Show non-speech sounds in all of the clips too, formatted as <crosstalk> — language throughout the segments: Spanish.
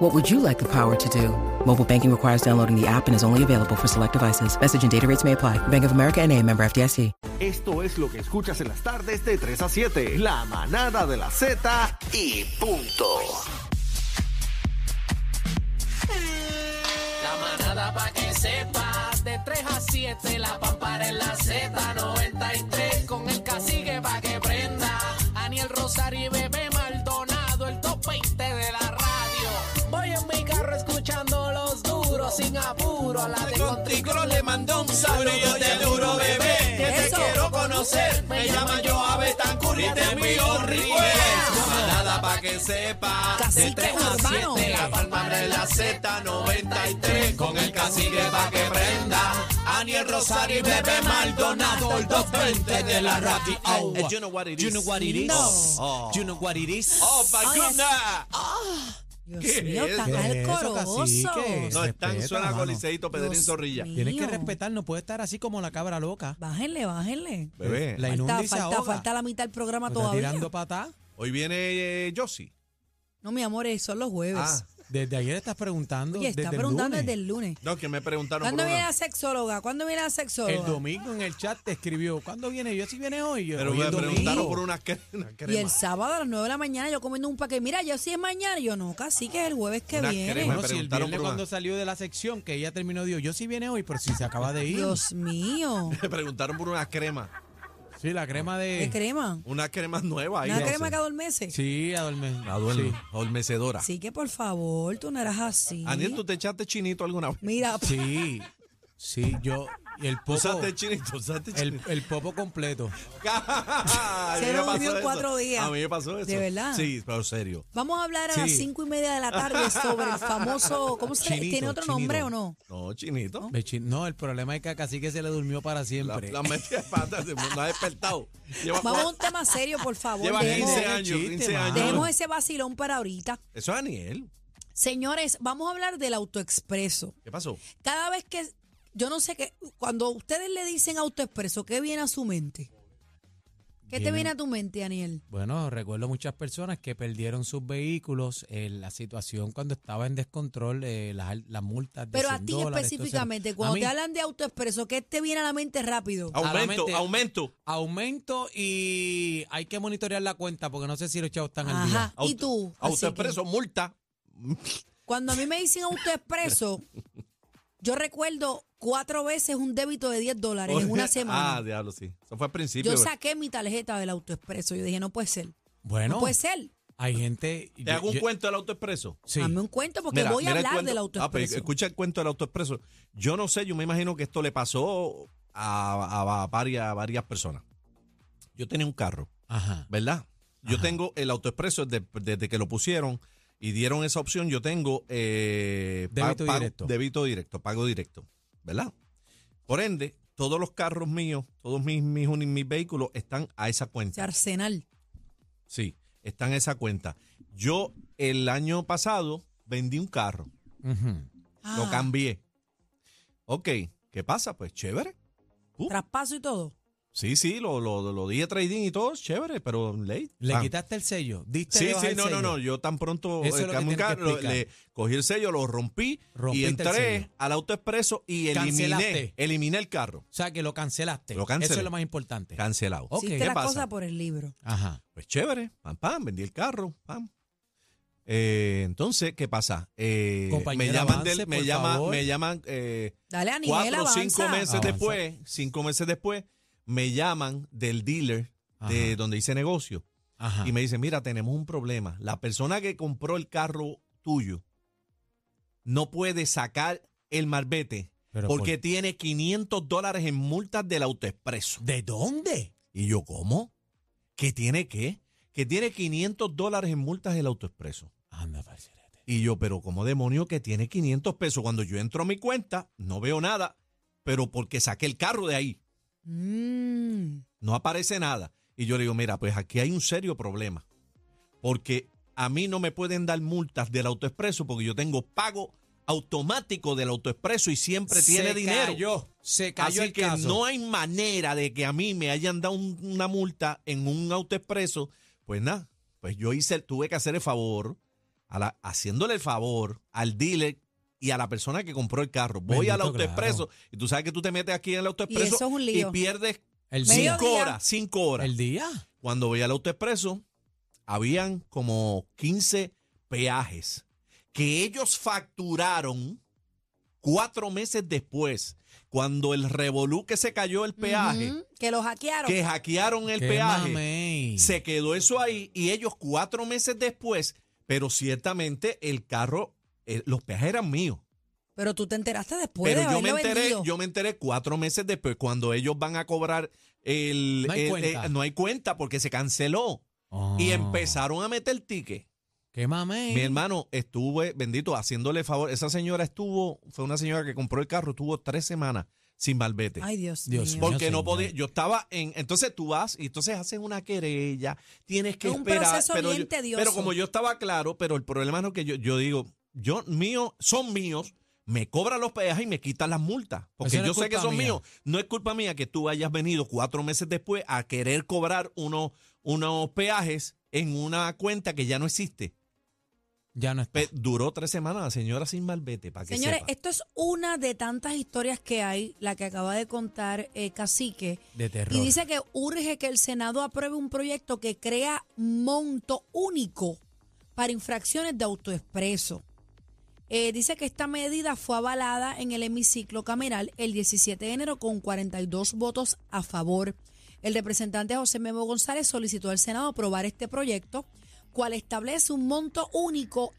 What would you like the power to do? Mobile banking requires downloading the app and is only available for select devices. Message and data rates may apply. Bank of America and a member FDIC. Esto es lo que escuchas en las tardes de 3 a 7. La manada de la Z y punto. La manada pa' que sepas, de 3 a 7, la pampara en la Z93, con el cacique pa' que prenda, Aniel Rosario y Bebé Maldonado, el top 20 de la radio. Voy en mi carro escuchando los duros, sin apuro, a la de Contricro le mando un saludo de duro, bebé, que te quiero conocer, me llama yo a Betancur y te envío La manada pa' que sepa, de 3 a 7, la palmara en la Z93 con el cacique pa' que prenda. Aniel Rosario y Bebé Maldonado, el 220 de la radio. Oh, And you know what it you is? know what it is? Oh. You know what it is? Oh, my Oh, yes. goodness. Dios ¿Qué mío, es tan eso, alcoroso. cacique? No, están Respeta, suena mano. con Liceito, Pedrín Dios Zorrilla. mío. Tienes que respetar, no puede estar así como la cabra loca. Bájenle, bájenle. Bebé, La Falta, inunda y se falta, ahoga. falta la mitad del programa Tú estás todavía. tirando patá. hoy viene eh, Yossi. No, mi amor, eh, son los jueves. Ah, Desde ayer estás preguntando. Oye, desde está el preguntando lunes. desde el lunes. no, que me preguntaron ¿Cuándo por una- viene la sexóloga? ¿Cuándo viene la El sexóloga? domingo en el chat te escribió, ¿cuándo viene yo? Si viene hoy. Yo, Pero hoy me es domingo. preguntaron por unas cre- <laughs> unas Y el cremas. sábado a las 9 de la mañana yo comiendo un paquete. Mira, yo sí es mañana. Yo no, casi que es el jueves que Una viene. crema. Bueno, me si el preguntaron viernes por una- cuando salió de la sección que ella terminó, dijo, yo sí viene hoy, pero si se acaba de ir. <laughs> Dios mío. Me preguntaron por unas cremas. Sí, la crema de... ¿Qué crema? Unas cremas nuevas. ahí, ¿Una no crema sé. cada dos meses? Sí. Sí, adorme. Adorno, Adormecedora. que por favor, tú no eras así. Aniel, ¿tú te echaste chinito alguna vez? Mira, Sí. sí, sí, yo... Y el popo... Usaste chinito, usaste Oh. El, chinito. el popo completo. <laughs> A mí Se me lo pasó durmió en eso. cuatro días. A mí me pasó eso. ¿De verdad? Sí, pero serio. Vamos a hablar a Sí. las cinco y media de la tarde sobre el famoso, ¿cómo se le- Chinito, tiene otro chinito. nombre o no? No, chinito. Me chin- No, el problema es que a Cacique se le durmió para La, siempre. la metí de patas, se- no ha despertado. Lleva Vamos a cuatro- un tema serio, por favor. Lleva dejemos, 15 años, Chiste, 15 años. mano. dejemos ese vacilón para ahorita. Eso es Aniel. Señores, vamos a hablar del autoexpreso. ¿Qué pasó? Cada vez que, yo no sé qué, cuando ustedes le dicen autoexpreso, ¿qué viene a su mente? ¿Qué te Viene- viene a tu mente, Daniel? Bueno, recuerdo muchas personas que perdieron sus vehículos en la situación cuando estaba en descontrol, eh, las, al- las multas de Pero 100 a ti dólares, específicamente, entonces, cuando a mí, te hablan de autoexpreso, ¿qué te viene a la mente rápido? la Aumento, mente- aumento. Aumento y hay que monitorear la cuenta porque no sé si los chavos están al Ajá. día. ¿Y Auto- tú? Así Autoexpreso, multa. Cuando a mí me dicen autoexpreso, yo recuerdo cuatro veces un débito de 10 dólares en <laughs> una Ah, semana. diablo, sí. Eso fue al principio. Yo saqué mi tarjeta del autoexpreso. Yo dije, no puede ser. Bueno, No puede ser. hay gente... Te hago un cuento del autoexpreso. Sí, Hazme un cuento porque Mira, voy a mira el hablar cuento- del Ah, pues, autoexpreso. escucha el cuento del autoexpreso. Yo no sé, yo me imagino que esto le pasó a, a- a varias, a varias personas. Yo tenía un carro, ajá. ¿verdad? Yo Ajá. tengo el autoexpreso desde, desde que lo pusieron y dieron esa opción. Yo tengo eh, pa- Débito pago- directo. débito directo, pago directo, ¿verdad? Por ende, todos los carros míos, todos mis, mis, uni- mis vehículos están a esa O sea, cuenta. Arsenal. Sí, están a esa cuenta. Yo el año pasado vendí un carro. ujú. Ah, Lo cambié. Ok, ¿qué pasa? Pues chévere. Traspaso y todo. Sí, sí, lo, lo, lo dije trading y todo, chévere, pero late. Le Ah, quitaste el sello, diste Sí, de baja sí, el no, no, sello. no. Yo tan pronto Eso es eh, lo que cambié un tienes que carro, explicar. le cogí el sello, lo rompí y Rompiste el entré sello. al autoexpreso y eliminé, Cancelaste. eliminé el carro. O sea, que lo cancelaste. Lo cancelé. Eso es lo más importante. Cancelado. Ok. Hiciste ¿Qué las pasa? cosas por el libro. Ajá. Pues chévere, pam, pam, vendí el carro, pam. Eh, entonces, ¿qué pasa? Eh, me Compañero, llaman, avance, del- me, por llaman favor. me llaman, eh, Dale a nivel cuatro o cinco avanza. meses Avanza. después, cinco meses después, me llaman del dealer de Ajá. donde hice negocio Ajá. y me dicen, mira, tenemos un problema. La persona que compró el carro tuyo no puede sacar el marbete Pero por- porque tiene 500 dólares en multas del autoexpreso. ¿De dónde? Y yo, ¿cómo? ¿Que tiene qué? Que tiene 500 dólares en multas del autoexpreso. Anda, parcerete. Y yo, pero ¿cómo demonio que tiene 500 pesos? Cuando yo entro a mi cuenta, no veo nada, pero porque saqué el carro de ahí. Mm, No aparece nada. Y yo le digo, mira, pues aquí hay un serio problema. Porque a mí no me pueden dar multas del autoexpreso porque yo tengo pago automático del autoexpreso y siempre tiene se dinero. Cayó, se cayó Así el que caso. no hay manera de que a mí me hayan dado un- una multa en un autoexpreso. Pues nada, pues yo hice, el- tuve que hacer el favor, a la- haciéndole el favor al dealer y a la persona que compró el carro. Voy Bendito, al autoexpreso y tú sabes que tú te metes aquí en el autoexpreso Y eso es un lío. pierdes el día. Medio- cinco Mediodía. horas, cinco horas. El día. Cuando voy al autoexpreso, habían como 15 peajes que ellos facturaron cuatro meses después, cuando el revolú que se cayó el peaje, Ujú, Que los hackearon. que hackearon el Qué peaje, mamey. se quedó eso ahí y ellos cuatro meses después, pero ciertamente el carro, eh, los peajes eran míos. Pero tú te enteraste después Pero de yo me haberlo enteré, vendido. yo me enteré cuatro meses después, cuando ellos van a cobrar el, No hay el- eh, cuenta. no hay cuenta porque se canceló Ah, y empezaron a meter ticket. Qué mamey. Mi hermano estuve, bendito, haciéndole favor. Esa señora estuvo, fue una señora que compró el carro, estuvo tres semanas sin malvete. Ay, Dios, Dios mío. mío. porque no señor. podía, yo estaba en, entonces tú vas y entonces haces una querella, tienes que Es un esperar. proceso pero, bien yo- tedioso. pero como yo estaba claro, pero el problema no es que yo, yo digo, yo mío, son míos, me cobran los peajes y me quitan las multas. Porque Eso no yo es sé que culpa son mía. míos. No es culpa mía que tú hayas venido cuatro meses después a querer cobrar unos, unos peajes en una cuenta que ya no existe. Ya no está. Pe- duró tres semanas la señora sin malvete, para que Señores, sepa. esto es una de tantas historias que hay, la que acaba de contar eh, Cacique. De terror. Y dice que urge que el Senado apruebe un proyecto que crea monto único para infracciones de autoexpreso. Eh, dice que esta medida fue avalada en el hemiciclo cameral el 17 de enero con 42 votos a favor. El representante José Memo González solicitó al Senado aprobar este proyecto, cual establece un monto único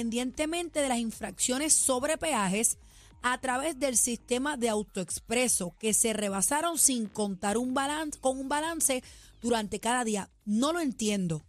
independientemente de las infracciones sobre peajes a través del sistema de autoexpreso que se rebasaron sin contar un balance con un balance durante cada día. No lo entiendo.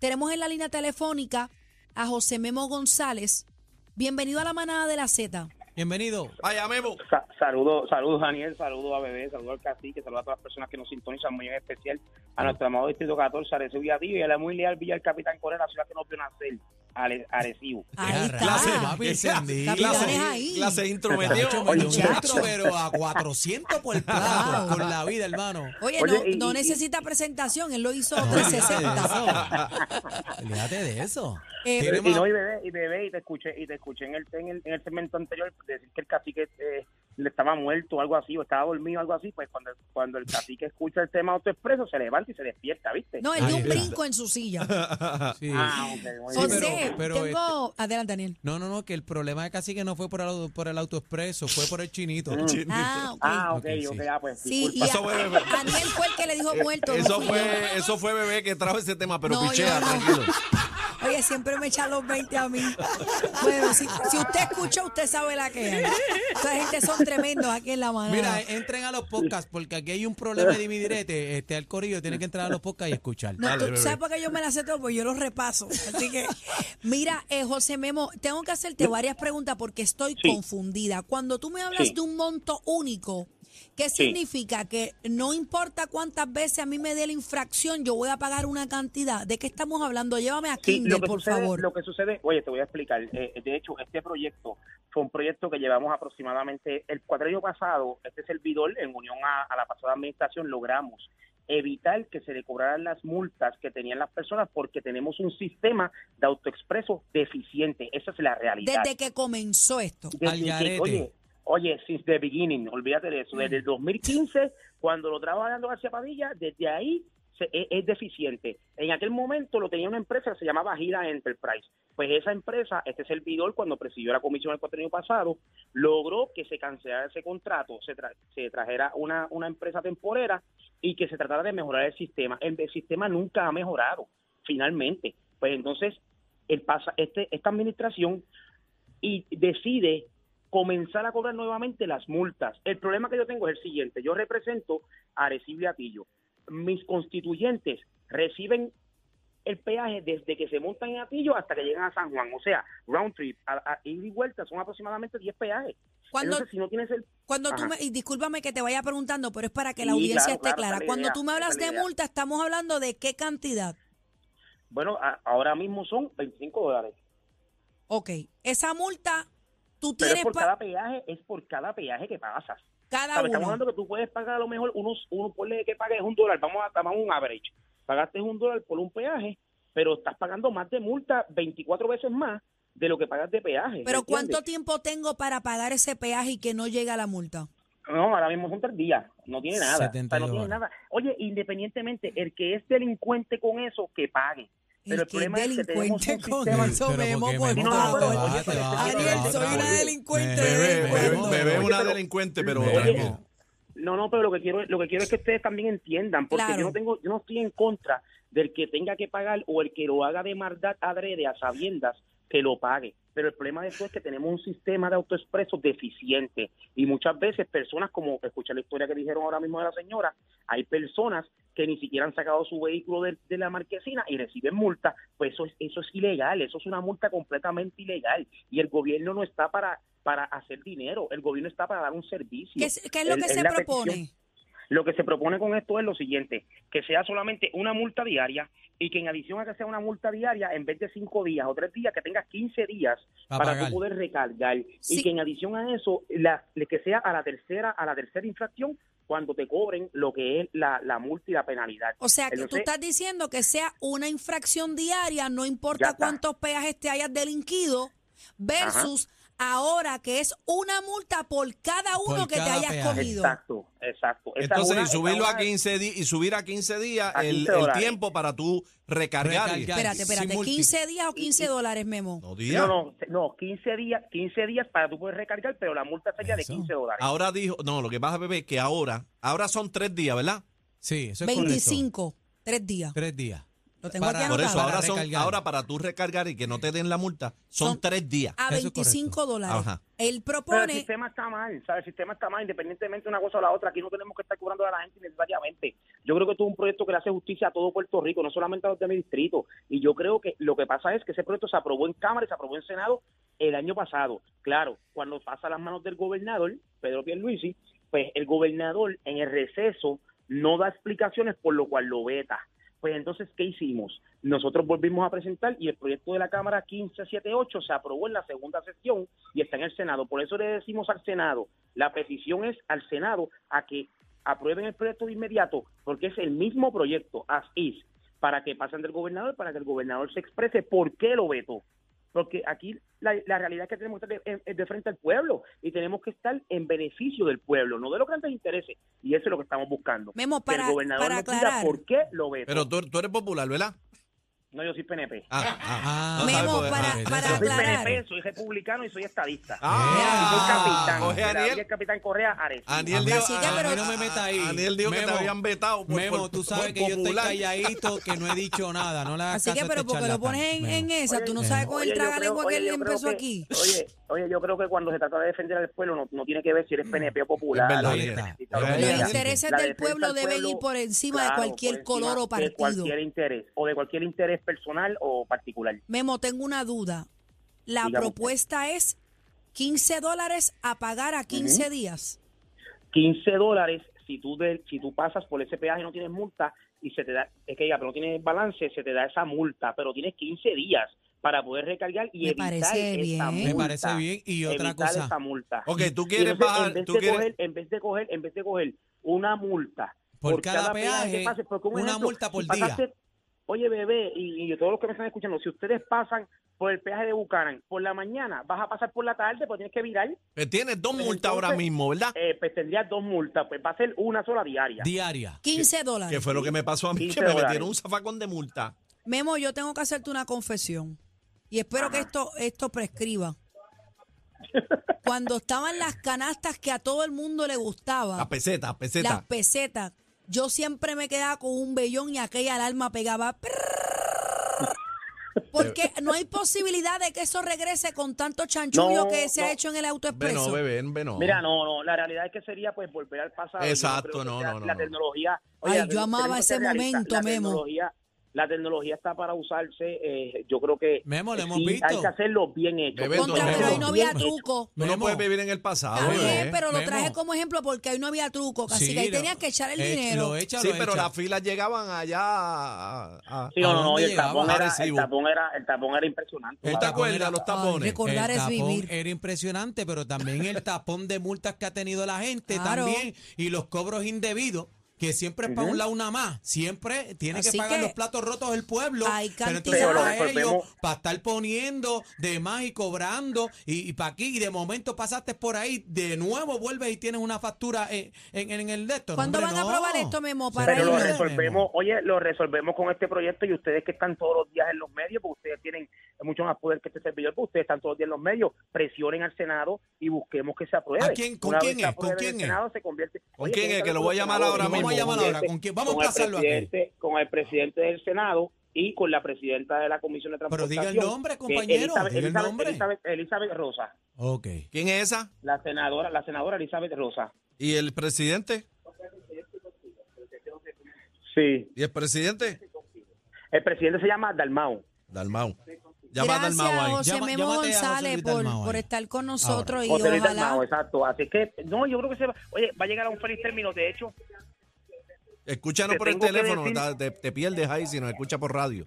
Tenemos en la línea telefónica a José Memo González. Bienvenido a la manada de la Z. Bienvenido. Vaya, Memo. Sa- Saludos, saludos Daniel, saludos a Bebé, saludos al Cacique, saludos a todas las personas que nos sintonizan, muy en especial a nuestro amado Distrito 14, Arecibo y a Dios, y a la muy leal Villa del Capitán Correa, la ciudad que nos vio nacer, Ale- Arecibo. Ahí está. Clase, <laughs> papi, encendí. Capitanes Clase. ahí. clase intro metió. Muchacho, me dio un Muchacho. intro, pero a 400 por el plato. Wow. Con la vida, hermano. Oye, Oye, no, y- no y- necesita presentación, él lo hizo Ah, No, olvídate 360. de eso. Olvídate de eso. Eh, Tiene Y más- no, y Bebé, y Bebé, y te escuché, y te escuché en el, en el, en el segmento anterior decir que el Cacique eh, le estaba muerto o algo así, o estaba dormido o algo así, pues cuando, cuando el Cacique escucha el tema autoexpreso, se levanta y se despierta, ¿viste? No, él dio un Ahí está. brinco en su silla. <laughs> Sí. Ah, ok, muy Sí, pero- bien. José, pero tengo... este- Adelante, Daniel. <laughs> No, no, no, que el problema de Cacique no fue por el, auto- por el autoexpreso, fue por el chinito. Ah, ok. Ah, ok, Ok, sí. ok, ah, pues sí, y disculpa. a, Eso fue- Eh, Daniel fue el que le dijo muerto. no Eso fui yo. fue, eso fue bebé que trajo ese tema, pero No, yo pichea, no. tranquilo. <laughs> Oye, siempre me echan los 20 a mí. Bueno, si, si usted escucha, usted sabe la que hay. Esa gente son tremendos aquí en la manada. Mira, entren a los podcasts porque aquí hay un problema de mi direte. Este, al corillo tiene que entrar a los podcasts y escuchar. no, dale, tú bebé. sabes por qué yo me la sé todo, porque yo los repaso. Así que, mira, eh, José Memo, tengo que hacerte varias preguntas porque estoy confundida. Cuando tú me hablas Sí. de un monto único, ¿qué Sí. significa? Que no importa cuántas veces a mí me dé la infracción, yo voy a pagar una cantidad. ¿De qué estamos hablando? Llévame a Sí, Kindle, lo que por sucede, favor. Lo que sucede, oye, te voy a explicar. Eh, de hecho, este proyecto fue un proyecto que llevamos aproximadamente el cuadrillo pasado. Este servidor, en unión a, a la pasada administración, logramos evitar que se le cobraran las multas que tenían las personas porque tenemos un sistema de autoexpreso deficiente. Esa es la realidad. Desde que comenzó esto. Desde Al que- garete. Mm. oye, oye, since the beginning, olvídate de eso. Desde el 2015, cuando lo trabajando García Padilla, desde ahí se- es, es deficiente. En aquel momento lo tenía una empresa que se llamaba Gira Enterprise. Pues esa empresa, este servidor, cuando presidió la comisión el cuatro año pasado, logró que se cancelara ese contrato, se, tra- se trajera una, una empresa temporera y que se tratara de mejorar el sistema. El, el sistema nunca ha mejorado, finalmente. Pues entonces, el pasa, este, esta administración y decide comenzar a cobrar nuevamente las multas. El problema que yo tengo es el siguiente, yo represento a Arecibo y Atillo. Mis constituyentes reciben el peaje desde que se montan en Atillo hasta que llegan a San Juan. O sea, round trip, a, a ida y vuelta son aproximadamente 10 peajes. Cuando, Entonces, si no tienes el... cuando tú Ajá. me, y discúlpame que te vaya preguntando, pero es para que la Sí, audiencia claro, esté claro, clara. esa es la Cuando idea, tú me hablas esa es de la idea. multa, estamos hablando de qué cantidad. Bueno, a- ahora mismo son 25 dólares. Ok, esa multa tú Pero es tienes por pa- cada peaje, es por cada peaje que pasas. cada ¿Sabes? Estamos uno. hablando que tú puedes pagar a lo mejor unos, uno, ponle que pagues un dólar, vamos a tomar un average. Pagaste un dólar por un peaje, pero estás pagando más de multa 24 veces más de lo que pagas de peaje. ¿me Pero ¿cuánto entiendes? tiempo tengo para pagar ese peaje y que no llega la multa? No, ahora mismo son tres días, no tiene nada. O sea, no 72 tiene horas. nada. Oye, independientemente, el que es delincuente con eso, que pague. Pero el que es problema es que tenemos delincuente un con sistema- eso, Pero Memo, porque por Memo No, no, favor. pero oye, pero es que- Ariel, no, soy no, una oye. delincuente. de Bebé, vez en bebé, cuando. bebé, es Oye, una pero- delincuente, pero Memo. tranquilo. No, no, pero lo que quiero, lo que quiero es que ustedes también entiendan, porque Claro. yo no tengo, yo no estoy en contra del que tenga que pagar o el que lo haga de maldad adrede a sabiendas que lo pague. Pero el problema de eso es que tenemos un sistema de autoexpresos deficiente y muchas veces personas, como escuché la historia que dijeron ahora mismo de la señora, hay personas que ni siquiera han sacado su vehículo de, de la marquesina y reciben multa, pues eso es, eso es ilegal, eso es una multa completamente ilegal y el gobierno no está para para hacer dinero, el gobierno está para dar un servicio. ¿Qué, es- qué es lo El- que es se la propone? petición lo que se propone con esto es lo siguiente, que sea solamente una multa diaria y que en adición a que sea una multa diaria, en vez de cinco días o tres días, que tengas 15 días Pa' para pagar. tú poder recargar Sí. y que en adición a eso, la, que sea a la tercera a la tercera infracción cuando te cobren lo que es la, la multa y la penalidad. O sea, que tú Entonces, estás diciendo que sea una infracción diaria, no importa está. cuántos peajes te hayas delinquido, versus ahora que es una multa por cada uno que te cada hayas peaje. comido. Exacto, exacto. Esa es Entonces, una- y subirlo esa a es una- 15 di- y subir a 15 días A el- 15 el, dólares. tiempo para tú recargar. Recargar. Espérate, Sin espérate, multi. 15 días o 15 dólares, Memo. No, diga. No, no, no, 15 días, 15 días para tú poder recargar, pero la multa sería de Eso. 15 dólares. Ahora dijo, no, lo que pasa, bebé, que ahora, ahora son tres días, ¿verdad? Sí, eso es correcto. 25, tres días. Tres días. Lo tengo aquí Por Claro. eso, Para ahora, son, recargar. ahora para tú recargar y que no te den la multa, son, Son- tres días. A Eso es 25 dólares. Ajá. Él Pero el propone, sistema está mal, ¿sabes? El sistema está mal, independientemente de una cosa o la otra. Aquí no tenemos que estar cobrando a la gente necesariamente. Yo creo que esto es un proyecto que le hace justicia a todo Puerto Rico, no solamente a los de mi distrito. Y yo creo que lo que pasa es que ese proyecto se aprobó en Cámara y se aprobó en Senado el año pasado. Claro, cuando pasa a las manos del gobernador, Pedro Pierluisi, pues el gobernador en el receso no da explicaciones, por lo cual lo veta. Pues entonces, ¿qué hicimos? Nosotros volvimos a presentar y el proyecto de la Cámara 1578 se aprobó en la segunda sesión y está en el Senado. Por eso le decimos al Senado, la petición es al Senado a que aprueben el proyecto de inmediato, porque es el mismo proyecto, as is, para que pasen del gobernador, para que el gobernador se exprese por qué lo vetó. Porque aquí la, la realidad es que tenemos que estar de, en- de frente al pueblo y tenemos que estar en beneficio del pueblo, no de los grandes intereses. Y eso es lo que estamos buscando. Memo, Que para- el gobernador para nos diga aclarar. por qué lo vetó. Pero tú, tú eres popular, ¿verdad? No, yo soy PNP. Ah, ah, Ah, no sabe Memo, poder- para- ah, para Yo soy aclarar. PNP, soy republicano y soy estadista. Ah, soy capitán. coge de la Aniel. Villa Capitán Correa Ares. Aniel Así dijo, que, ah, pero- a mí no me meta ahí. Aniel dijo que Memo, te habían vetado por, Memo, por- tú sabes por que yo estoy popular. calladito, que no he dicho nada. No le hagas así caso que, a pero este porque lo charlatán, pones en, en Memo. esa, tú no Oye, sabes con el yo creo- tragalengua que oye, él yo creo empezó que- aquí. Oye, oye, yo creo que cuando se trata de defender al pueblo no, no tiene que ver si Mm. eres PNP o popular. Es verdad, o ahí está. independentista o lo Los que sea. Los intereses La del defensa pueblo al deben ir pueblo, por encima de claro, cualquier por encima color o De partido. cualquier interés o de cualquier interés personal o particular. Memo, tengo una duda. La Dígame. propuesta es 15 dólares a pagar a 15 días. 15 dólares si tú de- si tú pasas por ese peaje y no tienes multa y se te da es que diga pero no tienes balance se te da esa multa pero tienes 15 días para poder recargar y Me evitar parece esa bien. Me multa Me parece bien. Y otra evitar cosa. esa multa Ok, tú Y quieres entonces, bajar- en vez tú de quieres- coger en vez de coger en vez de coger una multa Por cada peaje, que pases, porque un una multa por día. oye bebé y, y todos los que me están escuchando si ustedes pasan por el peaje de Bucaran por la mañana vas a pasar por la tarde pues tienes que virar Pero eh, Tienes dos Pero multas ahora entonces, mismo, ¿verdad? eh, pues tendrías dos multas pues va a ser una sola diaria Diaria. 15 dólares. Que fue lo que me pasó a mí, 15 que me dólares. metieron un zafacón de multa. Memo, yo tengo que hacerte una confesión. Y espero que esto, esto <laughs> prescriba. Cuando estaban las canastas que a todo el mundo le Las gustaba, pesetas, pesetas. Ah. las pesetas, yo siempre me quedaba con un vellón y aquella alarma <laughs> pegaba. prrrr. Porque no hay posibilidad de que eso regrese con tanto chanchullo No, que se ha no. hecho en el autoexpreso. Bueno, bebé, bueno. Mira, no, no, la realidad es que sería pues volver al pasado. Yo Exacto, creo que no, sea- no, no, La no. tecnología. Ay, la- yo amaba tenemos que ese ser realistas. momento, La Memo. tecnología, La tecnología está para usarse. eh, yo creo que Memo, lo sí, hemos hay visto. que hacerlo bien hecho. Bebé, Contra, Memo. pero hoy no había Bien hecho. truco. Tú no Memo. puedes vivir en el pasado, ¿eh? Está bien, bebé. pero lo traje Memo. como ejemplo porque hoy no había truco. Así que ahí lo- tenías que echar el eh, dinero. Lo echa, Sí, lo pero echa. las filas llegaban allá a- a- a- Sí, no, no, no, ¿A y el dónde tapón, llegaba? era, el, Arecibo. tapón era, el tapón era impresionante. ¿Él te Para- acuerdas los Ay, tapones? recuerdo. Recordar el es tapón vivir. Era impresionante, pero también el tapón de multas que ha tenido la gente Claro. también y los cobros indebidos. Que siempre es para un lado una más. Siempre tiene Así que pagar que los platos rotos del pueblo. hay pero cantidad. entonces Pero lo para ellos, resolvemos. para estar poniendo de más y cobrando y, para aquí. Y de momento pasaste por ahí, de nuevo vuelves y tienes una factura en, en- en el de esto. No, ¿Cuándo hombre, van a no. aprobar esto, Memo, para Pero lo irnos? resolvemos, oye, lo resolvemos con este proyecto y ustedes que están todos los días en los medios, porque ustedes tienen mucho más poder que este servidor, porque ustedes están todos los días en los medios, presionen al Senado y busquemos que se apruebe. ¿A quién? ¿Con Una vez quién que es? se apruebe ¿Con quién el es? Senado se convierte- ¿Con Oye, quién tiene es? Que lo hablar voy a con llamar el ahora senador, mismo. Vamos a llamar ahora. ¿Con quién? Vamos a el pasarlo aquí. presidente- Con el presidente del Senado y con la presidenta de la Comisión de Pero Transportación. diga el nombre, que compañero, Elizabeth, diga el Elizabeth- nombre. Elizabeth- Elizabeth Rosa, Ok. ¿Quién es esa? la senadora, la senadora Elizabeth Rosa. ¿Y el presidente? Sí. ¿Y el presidente? El presidente se llama Dalmau. Dalmau. Llama a Gracias, Dalmau ahí. José Llama- Memo llámate a José González Luis por, Dalmau ahí. por estar con nosotros y José Luis ojalá. Dalmau, exacto. Así que, no, yo creo que se va. Oye, va a llegar a un feliz término. De hecho, Escúchanos Te por el tengo que teléfono, decir- ta- te, te pierdes ahí si nos escucha por radio.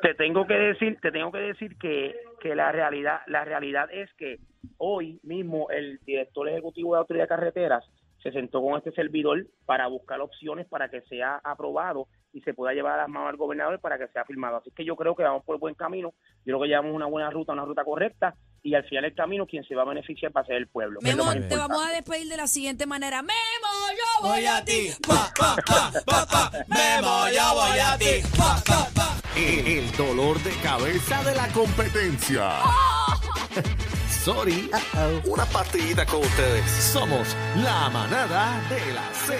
te tengo que decir, te tengo que decir que, que la realidad, la realidad es que hoy mismo el director ejecutivo de la Autoridad de Carreteras se sentó con este servidor para buscar opciones para que sea aprobado y se pueda llevar a las manos al gobernador para que sea firmado. Así que yo creo que vamos por buen camino. Yo creo que llevamos una buena ruta, una ruta correcta y al final del camino quien se va a beneficiar va a ser el pueblo. que es lo Memo, más te importante. vamos a despedir de la siguiente manera. Memo, yo voy Voy a a ti. ti, pa, pa, pa, pa, pa, Memo, yo voy a ti, pa, pa, pa. El dolor de cabeza de la competencia. Sorry. Una partidita con ustedes. Somos la manada de la Z.